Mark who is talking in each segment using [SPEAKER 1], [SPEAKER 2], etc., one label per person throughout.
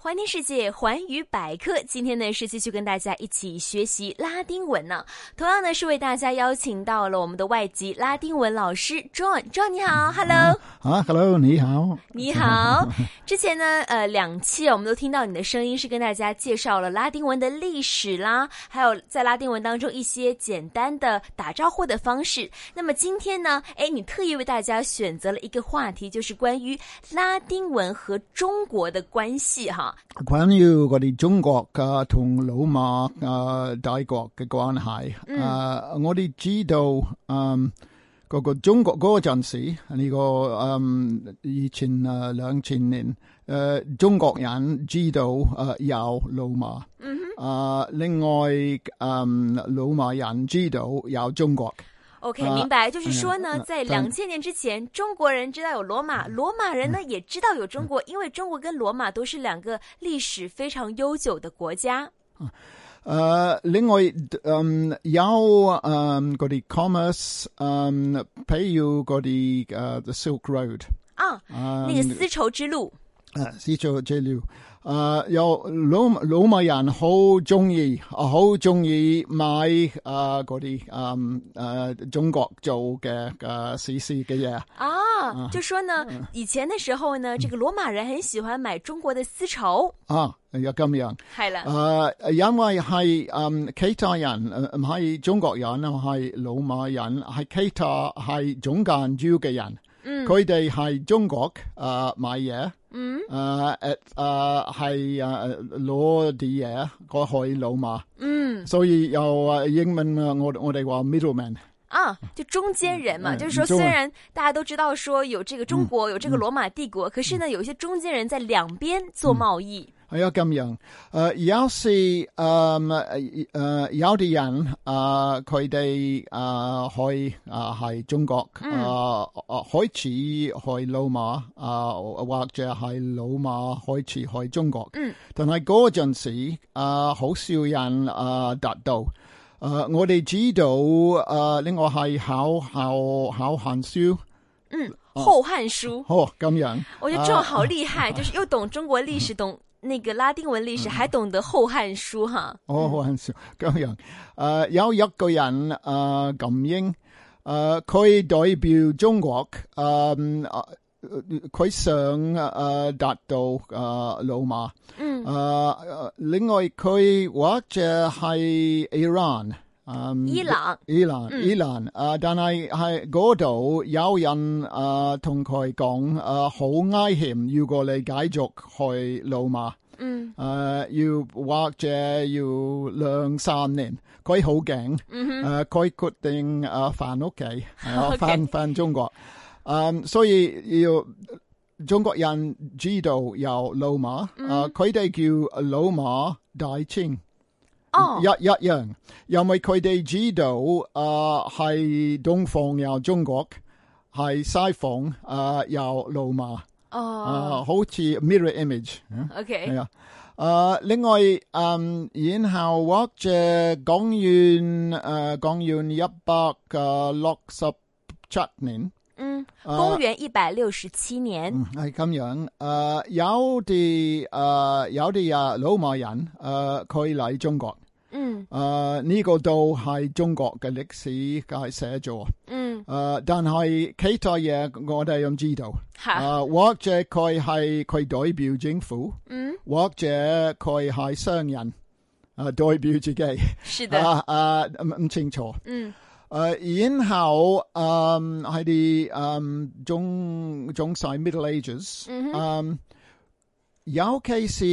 [SPEAKER 1] 环天世界，环宇百科。今天呢是继续跟大家一起学习拉丁文呢、同样呢是为大家邀请到了我们的外籍拉丁文老师 John。John 你好，Hello，、
[SPEAKER 2] 啊，Hello，你好。
[SPEAKER 1] 你好。之前呢，呃，两期啊我们都听到你的声音，是跟大家介绍了拉丁文的历史啦，还有在拉丁文当中一些简单的打招呼的方式。那么今天呢，哎，你特意为大家选择了一个话题，就是关于拉丁文和中国的关系哈。
[SPEAKER 2] 關於我哋中國嘅同羅馬誒帝國嘅關係，誒、我哋知道誒嗰、個中國嗰陣時呢、個 à, 誒以前誒兩千年誒、中國人知道誒、有羅馬，嗯另外誒、羅馬人知道有中國。
[SPEAKER 1] OK，、
[SPEAKER 2] 啊
[SPEAKER 1] 明白，就是说呢，
[SPEAKER 2] 嗯嗯
[SPEAKER 1] 在
[SPEAKER 2] 当嗯
[SPEAKER 1] 两千年之前，中国人知道有罗马，罗马人呢、也知道有中国，因为中国跟罗马都是两个历史非常悠久的国家。
[SPEAKER 2] 誒，另外，嗯，有誒嗰啲 commerce，嗯，譬如嗰啲誒 ờ, the Silk Road，Ờ, à,
[SPEAKER 1] 啊，
[SPEAKER 2] 嗯
[SPEAKER 1] 那个丝绸之路，
[SPEAKER 2] 誒絲綢之路，誒有老老馬人好中意，啊好中意買誒嗰啲嗯誒中國做嘅誒絲絲嘅嘢，嗯
[SPEAKER 1] 啊，就说呢，以前的时候呢，这个罗马人很喜欢买中国的丝绸，
[SPEAKER 2] 啊，有咁樣。
[SPEAKER 1] 系啦，
[SPEAKER 2] 誒、呃因為係誒其他人誒唔係中國人，係老馬人，係其他係中間主嘅人。
[SPEAKER 1] 嗯
[SPEAKER 2] 佢哋係中國誒、買嘢，呃
[SPEAKER 1] 嗯
[SPEAKER 2] 誒誒誒係誒呃攞啲嘢過去老馬，
[SPEAKER 1] 嗯
[SPEAKER 2] 所以有誒英文誒我我哋話 middleman。
[SPEAKER 1] 啊，就中间人嘛，
[SPEAKER 2] 嗯
[SPEAKER 1] 就是说，
[SPEAKER 2] 中
[SPEAKER 1] 虽
[SPEAKER 2] 文嗯
[SPEAKER 1] 然大家都知道说有这个中国，有这个罗马帝国，可是呢，有一些中间人在两边
[SPEAKER 2] 嗯
[SPEAKER 1] 做贸易。
[SPEAKER 2] 係啊，咁樣。誒、有時誒誒、有啲人啊，佢哋啊去啊係中國啊、啊開始去老馬啊，或者係老馬開始去中國。
[SPEAKER 1] 嗯，
[SPEAKER 2] 但係嗰陣時啊，好少人啊達到。誒、我哋知道誒、另外係考考考行書，
[SPEAKER 1] 嗯，
[SPEAKER 2] 哦
[SPEAKER 1] 后汉书。
[SPEAKER 2] 好、咁樣。
[SPEAKER 1] 我觉得这种好厉害，就是又懂中国历史，懂那个拉丁文历史，还懂得《后汉书》哈。
[SPEAKER 2] 哦，好幸咁樣。誒、有一個人誒、呃、咁英，誒、佢代表中國誒，呃佢、想誒、呃、達到誒、呃、羅馬。
[SPEAKER 1] 嗯
[SPEAKER 2] 誒、呃另外佢或者係 Iran。嗯
[SPEAKER 1] 伊朗，
[SPEAKER 2] 伊朗，伊朗，啊、但係係嗰度有人啊同佢講啊好危險，如果你繼續去老馬。
[SPEAKER 1] 嗯
[SPEAKER 2] 誒、要或者要兩三年，佢好勁，誒、佢決定誒翻屋企，誒
[SPEAKER 1] OK
[SPEAKER 2] 翻翻中國，誒、所以要中國人知道有老馬，誒佢哋叫老馬大清。
[SPEAKER 1] 哦 Ờ.
[SPEAKER 2] 一，一樣，因為佢哋知道啊係、東方有中國，係西方啊、有老馬，啊、
[SPEAKER 1] 哦
[SPEAKER 2] 好似 Ờ, mirror image、嗯
[SPEAKER 1] ，OK，
[SPEAKER 2] 係啊。誒另外，嗯，然後或者公元誒公元一百誒六十七年，
[SPEAKER 1] 嗯，
[SPEAKER 2] Ờ,
[SPEAKER 1] 公元一百六十七年，
[SPEAKER 2] 嗯係咁樣。誒有啲誒有啲啊羅馬人誒佢嚟中國，
[SPEAKER 1] 嗯
[SPEAKER 2] 誒呢個都係中國嘅歷史嘅寫咗。
[SPEAKER 1] 嗯，
[SPEAKER 2] 誒但係其他嘢我哋唔知道。
[SPEAKER 1] 好，
[SPEAKER 2] 誒或者佢係佢代表政府。
[SPEAKER 1] 嗯，
[SPEAKER 2] 或者佢係商人，啊、代表 自己，
[SPEAKER 1] 是的，
[SPEAKER 2] 啊啊唔唔清楚，
[SPEAKER 1] 嗯
[SPEAKER 2] 啊然後啊喺啲啊中中世 Middle Ages，
[SPEAKER 1] 嗯哼，
[SPEAKER 2] 啊、尤其是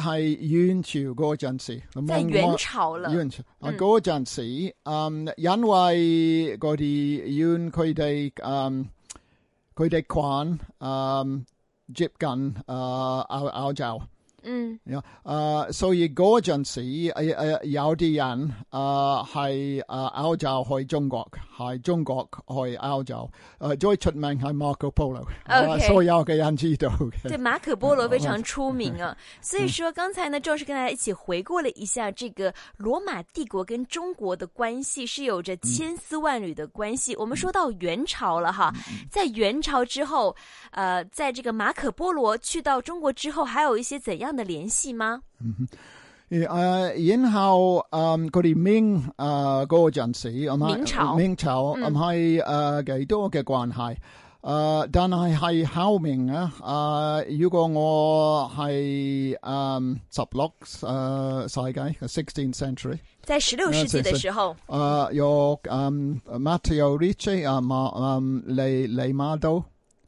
[SPEAKER 2] 係元朝嗰陣時，
[SPEAKER 1] 在
[SPEAKER 2] 蒙
[SPEAKER 1] 元朝了，
[SPEAKER 2] 元朝啊
[SPEAKER 1] 嗯
[SPEAKER 2] 嗰陣時，啊因為嗰啲元佢哋啊佢哋慣啊接近啊澳澳洲。
[SPEAKER 1] 嗯
[SPEAKER 2] 呀，啊，所以嗰陣時，誒誒有啲人啊係啊歐洲去中國，係中國去歐洲，誒最出名係 Marco Polo，啊
[SPEAKER 1] OK
[SPEAKER 2] 所有嘅人知道嘅。
[SPEAKER 1] 对，马可波罗非常出名啊。 所以说，刚才呢，正是跟大家一起回顾了一下这个罗马帝国跟中国的关系，是有着千丝万缕的关系。我们说到元朝了哈，在元朝之后，呃，在这个马可波罗去到中国之后，还有一些怎样样的联系吗？
[SPEAKER 2] 呃，然後誒佢哋明誒嗰陣時，嗯係
[SPEAKER 1] 明朝
[SPEAKER 2] 明朝
[SPEAKER 1] 嗯
[SPEAKER 2] 唔係誒幾多嘅關係。誒、但係係後面啊！誒、如果我係誒十六誒世紀 （sixteenth century），
[SPEAKER 1] 在十六
[SPEAKER 2] 嗯
[SPEAKER 1] 世纪的
[SPEAKER 2] 是是
[SPEAKER 1] 时候，
[SPEAKER 2] 誒、呃有誒 Matteo Ricci 啊，馬誒利利馬都。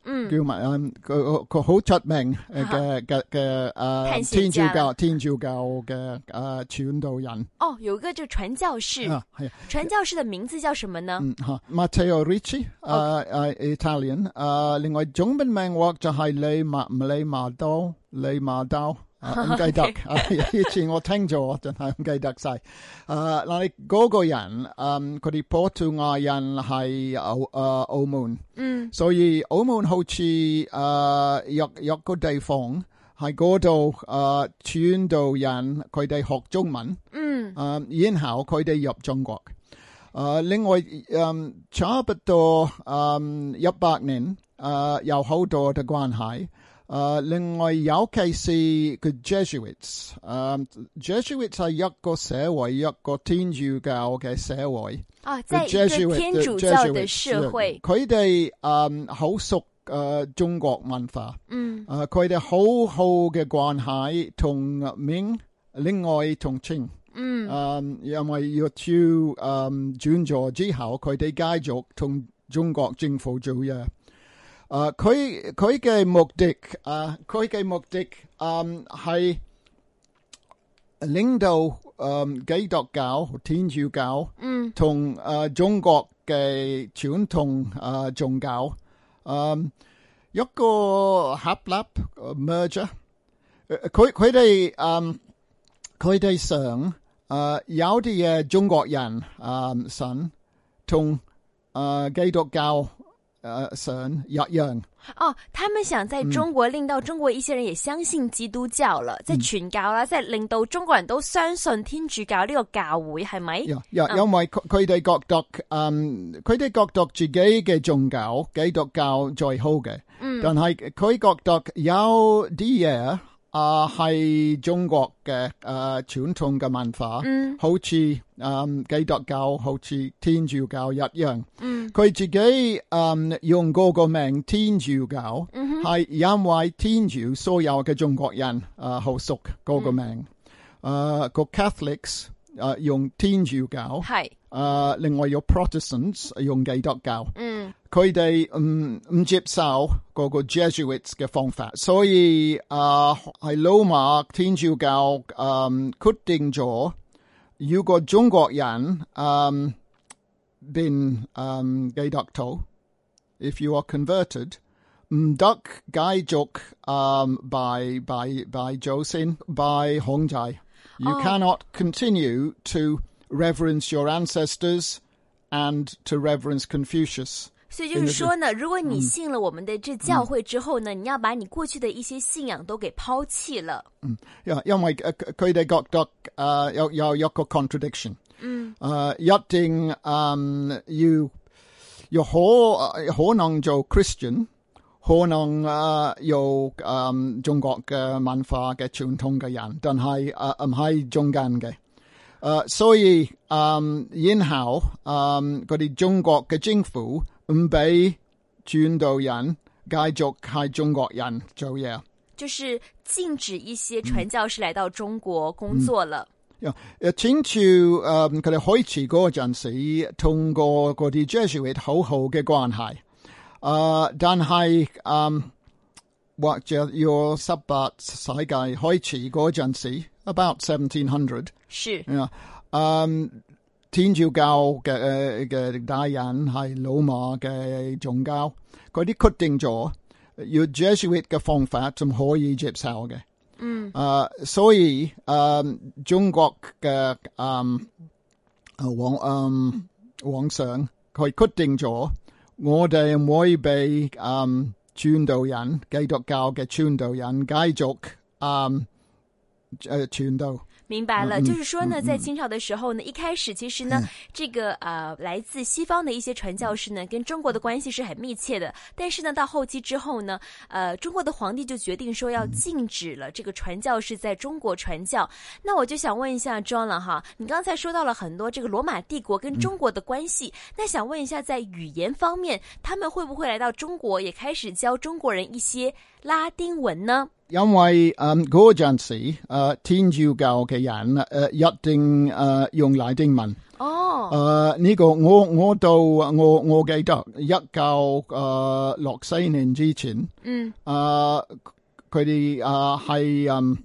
[SPEAKER 1] 嗯，
[SPEAKER 2] 叫埋嗯佢佢好出名嘅嘅嘅
[SPEAKER 1] 探
[SPEAKER 2] 誒
[SPEAKER 1] 險
[SPEAKER 2] 天
[SPEAKER 1] 家啦
[SPEAKER 2] 主教天主教嘅誒傳道人
[SPEAKER 1] 哦，有一个就传教士，
[SPEAKER 2] 啊係啊
[SPEAKER 1] 传教士的名字叫什么呢？
[SPEAKER 2] 嗯嚇 Matteo Ricci 誒誒 Italian Uh, 誒另外中文名話就係利馬利馬刀利馬刀。啊唔記得，啊 以前我聽咗，真係唔記得晒。誒，嗱，你嗰個人，誒，佢哋葡萄牙人係澳誒澳門。
[SPEAKER 1] 嗯，
[SPEAKER 2] 所以澳門好似誒、呃、有有個地方喺嗰度誒傳道人佢哋學中文，
[SPEAKER 1] 嗯，
[SPEAKER 2] 誒然後佢哋入中國。誒、另外誒、嗯差不多誒一百年誒、呃有好多嘅關係。誒、另外尤其是佢 Jesuits，誒、Jesuits 係一個社會，一個天主教嘅社會。
[SPEAKER 1] 啊，在
[SPEAKER 2] The
[SPEAKER 1] 一个
[SPEAKER 2] Jesuit-
[SPEAKER 1] 天
[SPEAKER 2] the
[SPEAKER 1] 主教
[SPEAKER 2] Jesuits，
[SPEAKER 1] 的社会，
[SPEAKER 2] 佢哋誒好熟誒中國文化，
[SPEAKER 1] 嗯，
[SPEAKER 2] 誒佢哋好好嘅關係同明，另外同清，
[SPEAKER 1] 嗯，
[SPEAKER 2] 誒因為要朝誒轉咗之後，佢哋繼續同中國政府做嘢。誒佢佢嘅目的，誒佢嘅目的，誒係令到誒基督教、天主教。
[SPEAKER 1] 嗯，
[SPEAKER 2] 同誒、呃中國嘅傳統誒、呃宗教，誒、一個合立呃 merger，呃佢佢哋誒佢哋想誒、呃有啲嘢中國人誒、呃信同誒、呃基督教誒、呃信一樣。
[SPEAKER 1] 哦，他们想在中国令到中国一些人也相信基督教啦，即系传教啦，即系令到中国人都相信天主教呢个教会，系咪？
[SPEAKER 2] 因因因為佢佢哋覺得嗯，佢哋覺得自己嘅宗教基督教最好嘅，
[SPEAKER 1] 嗯
[SPEAKER 2] 但係佢覺得有啲嘢啊係中國嘅誒傳統嘅文化，
[SPEAKER 1] 嗯
[SPEAKER 2] 好似嗯基督教好似天主教一樣，
[SPEAKER 1] 嗯
[SPEAKER 2] 佢自己嗯用嗰個名天主教。
[SPEAKER 1] 嗯哼
[SPEAKER 2] 係因為天主所有嘅中國人啊好熟嗰
[SPEAKER 1] 嗯
[SPEAKER 2] 個名，誒個 Catholics 誒用天主教，
[SPEAKER 1] 系，
[SPEAKER 2] 誒另外有 Protestants 用基督教，
[SPEAKER 1] 嗯
[SPEAKER 2] 佢哋唔唔接受嗰個 um, Jesuits uh, 嘅方法，所以誒係羅馬天主教誒決定咗，如果中國人誒變誒基督徒，if you are converted。唔 um, 得繼續誒拜拜拜祖先拜控制。You
[SPEAKER 1] 哦
[SPEAKER 2] cannot continue to reverence your ancestors and to reverence Confucius。
[SPEAKER 1] 所以就是说呢，如果你信了我们的这教会之后呢，你要把你过去的一些信仰都给抛弃了。
[SPEAKER 2] 因因為誒佢佢哋覺得誒有有一個 contradiction。嗯。Uh, um, 誒一定誒要要可可能做 uh, Christian。可 uh, 能誒有誒中國嘅文化嘅傳統嘅人，但係誒唔係中間嘅。誒，所以誒，然後誒嗰啲中國嘅政府唔俾傳道人繼續係中國人做嘢。
[SPEAKER 1] 就是禁止一些传教士来到中国工作了。
[SPEAKER 2] Ja, jeg tenkte jo Uh, um, hva det høyt i går, Jansi, tung og gå til Jesuit, ho ho, ge guan hai. Uh, dan hai, um, what jo, jo sabbat saigai høyt i går, Jansi, about 1700.
[SPEAKER 1] 是，
[SPEAKER 2] Ja, um, Tinju gao ge, eh, ge dayan hai loma ge jongao. Gå de kutting jo, jo Jesuit ge fongfat som høy i gypsauge.
[SPEAKER 1] 嗯
[SPEAKER 2] 啊，所以啊，嗯中國嘅啊啊皇啊皇上佢決定咗，我哋唔會俾啊 um, 傳道人基督教嘅傳道人繼續啊呃传道。
[SPEAKER 1] 明白了，
[SPEAKER 2] 嗯嗯嗯
[SPEAKER 1] 就是说呢，在清朝的时候呢，一开始其实呢，这个呃，来自西方的一些传教士呢，跟中国的关系是很密切的。但是呢，到后期之后呢，呃，中国的皇帝就决定说
[SPEAKER 2] 嗯
[SPEAKER 1] 要禁止了这个传教士在中国传教。那我就想问一下 John 了哈，你刚才说到了很多这个罗马帝国
[SPEAKER 2] 嗯
[SPEAKER 1] 跟中国的关系，那想问一下，在语言方面，他们会不会来到中国也开始教中国人一些拉丁文呢？
[SPEAKER 2] 因为嗯嗰陣時，誒天主教嘅人誒、呃一定誒、呃用拉丁文。
[SPEAKER 1] 哦，
[SPEAKER 2] 誒呢個我我到我我記得一九誒六四年之前，
[SPEAKER 1] 嗯，
[SPEAKER 2] 誒佢哋誒係嗯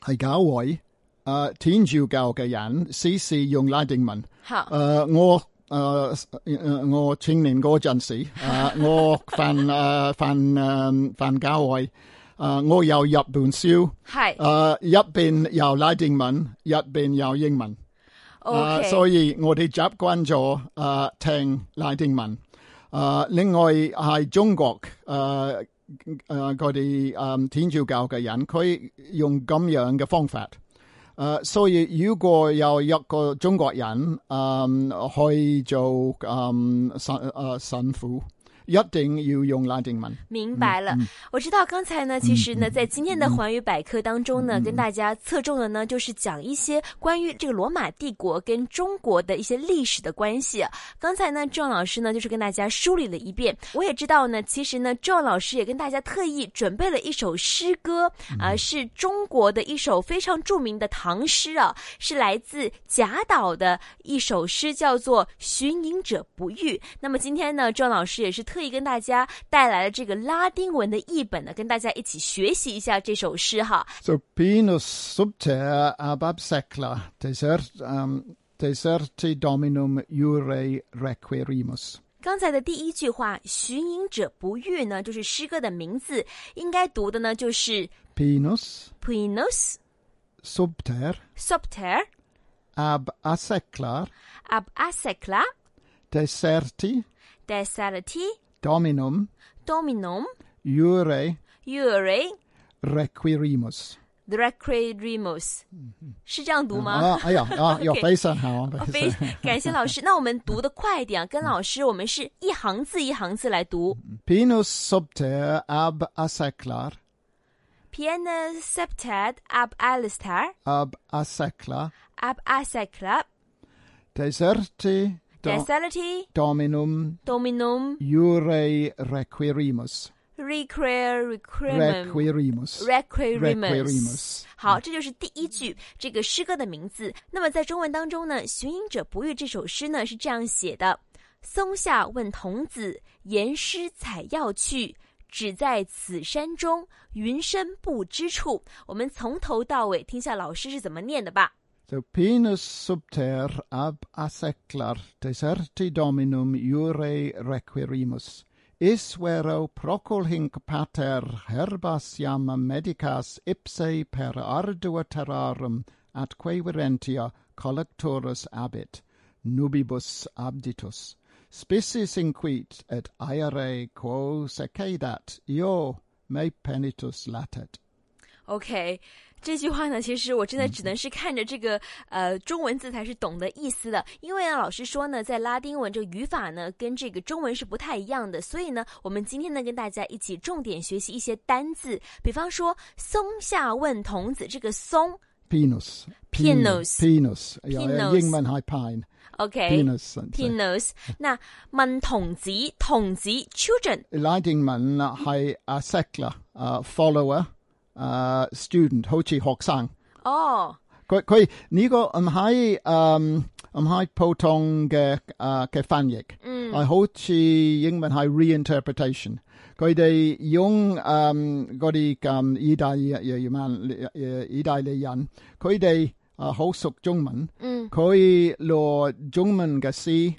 [SPEAKER 2] 係教會誒天主教嘅人，時時用拉丁文。
[SPEAKER 1] 好，
[SPEAKER 2] 誒呃我。誒、呃、我青年嗰陣時，呃我呃翻誒翻誒翻教會，誒、呃我有日本書，
[SPEAKER 1] 嗨
[SPEAKER 2] 誒呃一邊有拉丁文，一邊有英文。啊
[SPEAKER 1] ，OK，
[SPEAKER 2] 所以我哋習慣咗啊聽拉丁文。啊，另外係中國啊啊嗰啲啊天主教嘅人，佢用咁樣嘅方法。啊，所以如果有一個中國人啊、去做啊神啊神父，一定要用拉丁文。
[SPEAKER 1] 明白了，我知道刚才呢，其实呢，在今天的环宇百科当中呢，跟大家侧重的呢，就是讲一些关于这个罗马帝国跟中国的一些历史的关系。啊刚才呢，郑老师呢，就是跟大家梳理了一遍。我也知道呢，其实呢，郑老师也跟大家特意准备了一首诗歌啊、是中国的一首非常著名的唐诗啊，是来自贾岛的一首诗，叫做《寻隐者不遇》。那么今天呢，郑老师也是特意跟大家带来了这个拉丁文的译本呢，跟大家一起学习一下这首诗哈。
[SPEAKER 2] So Pinus subter ab absecla desert um, deserte dominum jure requirimus。
[SPEAKER 1] 刚才的第一句话“寻隐者不遇”呢，就是诗歌的名字，应该读的呢就是
[SPEAKER 2] Pinus
[SPEAKER 1] Pinus
[SPEAKER 2] subter
[SPEAKER 1] subter
[SPEAKER 2] ab asseclar
[SPEAKER 1] ab assecla
[SPEAKER 2] deserti
[SPEAKER 1] deserti
[SPEAKER 2] dominum
[SPEAKER 1] dominum
[SPEAKER 2] jure
[SPEAKER 1] ure
[SPEAKER 2] requirimus。
[SPEAKER 1] requirimus，是这样读吗？
[SPEAKER 2] 啊，哎呀，啊，要
[SPEAKER 1] Okay
[SPEAKER 2] 非常好，
[SPEAKER 1] 哦非
[SPEAKER 2] 非 常
[SPEAKER 1] 感谢老师。那我们读的快一点啊，跟老师我们是一行字一行字来读。
[SPEAKER 2] 嗯 Pinus subter ab asseclar
[SPEAKER 1] Pianus septet ab alistar
[SPEAKER 2] ab assecla
[SPEAKER 1] ab asecla
[SPEAKER 2] deserti do-
[SPEAKER 1] desality
[SPEAKER 2] dominum
[SPEAKER 1] dominum
[SPEAKER 2] jure requirimus。
[SPEAKER 1] require requirement
[SPEAKER 2] requirimus。
[SPEAKER 1] requirimus。
[SPEAKER 2] Requirimus
[SPEAKER 1] 好，这就是第一句这个诗歌的名字。那么在中文当中呢，《寻隐者不遇》这首诗呢是这样写的：松下问童子，言师采药去。只在此山中，云深不知处。我们从头到尾听下老师是怎么念的吧。
[SPEAKER 2] So Pinus subter ab asseclar deserti dominum jure requirimus. Is vero procul hinc pater herbas iam medicas ipse per ardua terrarum atque virentia collectorus abit, nubibus abditus. Species inquit et aere quo secedat, io me penitus latet.
[SPEAKER 1] OK，这句话呢，其实我真的只能是看着这个呃中文字才是懂得意思的，因为呢，老师说呢，在拉丁文这个语法呢跟这个中文是不太一样的，所以呢，我们今天呢跟大家一起重点学习一些单字，比方说“松下问童子”这个“松
[SPEAKER 2] Pinus.
[SPEAKER 1] Pinus.
[SPEAKER 2] Pinus. Ja,
[SPEAKER 1] Pinus.
[SPEAKER 2] Pinus. Ingman high pine.
[SPEAKER 1] ，OK。
[SPEAKER 2] Pinus. and so.
[SPEAKER 1] Pinos，那问童子，童子 children，
[SPEAKER 2] eh? Leidingman eh, high a secular uh, follower uh, student. Ho chi hok sang.
[SPEAKER 1] 哦，
[SPEAKER 2] Koi koi nigo um hai um um hai potong ge uh, ge fanyik. Mm. I ho chi Ingman high reinterpretation. Koi de jung um godi um idai yuman idai le yan. Koi de uh, ho suk jungman.
[SPEAKER 1] 嗯，
[SPEAKER 2] 佢攞中文嘅詩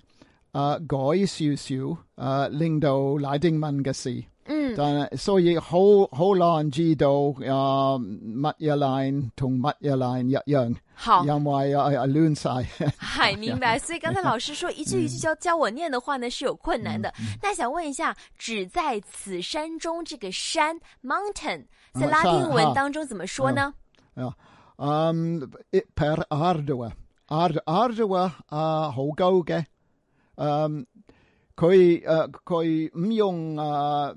[SPEAKER 2] 啊改少少啊，令到拉丁文嘅詩，
[SPEAKER 1] 嗯，
[SPEAKER 2] 但係所以好好難知道啊乜嘢 line 同乜嘢 line 一樣，
[SPEAKER 1] 好，
[SPEAKER 2] 因為啊啊亂晒。
[SPEAKER 1] 嗨，哎明白。所以刚才老师说一句一句教教我念的话呢是有困难的。那想问一下，“只在此山中”这个山 （mountain） 在
[SPEAKER 2] 嗯
[SPEAKER 1] 拉丁
[SPEAKER 2] 上
[SPEAKER 1] 文
[SPEAKER 2] 哈
[SPEAKER 1] 当中怎么说呢？
[SPEAKER 2] Ja. Um, i- per ardua. Ar, ardua 啊 a hogauge. Um, koi, uh, koi myung uh,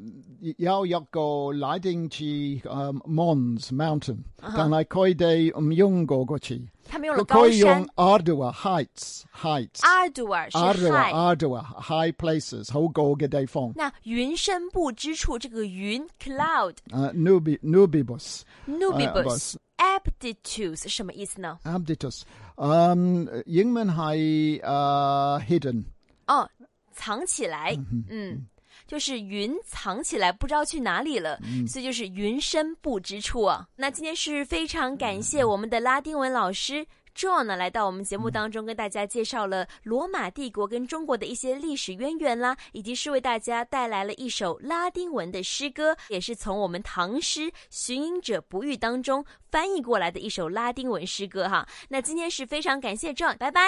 [SPEAKER 2] yao yako leiding chi um, Mons Mountain.
[SPEAKER 1] 啊
[SPEAKER 2] Tanai koi de myung gogochi.
[SPEAKER 1] 他们用了高
[SPEAKER 2] Koi
[SPEAKER 1] 山
[SPEAKER 2] yung Ardua Heights. Heights.
[SPEAKER 1] 阿杜尔是
[SPEAKER 2] Ardua,
[SPEAKER 1] 海。
[SPEAKER 2] Ardua, high places, hogoge de fong.
[SPEAKER 1] 那云深不知处，这个云 cloud
[SPEAKER 2] Uh, nubi, nubibus. Uh,
[SPEAKER 1] nubibus aptitude 是什么意思呢？
[SPEAKER 2] Abditus. Um, Yingmen hai uh, hidden.
[SPEAKER 1] 哦，藏起来，嗯，就是云藏起来，不知道去哪里了，所以就是云深不知处啊。那今天是非常感谢我们的拉丁文老师。John 呢，来到我们节目当中，跟大家介绍了罗马帝国跟中国的一些历史渊源啦，以及是为大家带来了一首拉丁文的诗歌，也是从我们唐诗《寻隐者不遇》当中翻译过来的一首拉丁文诗歌哈。那今天是非常感谢 John，拜拜。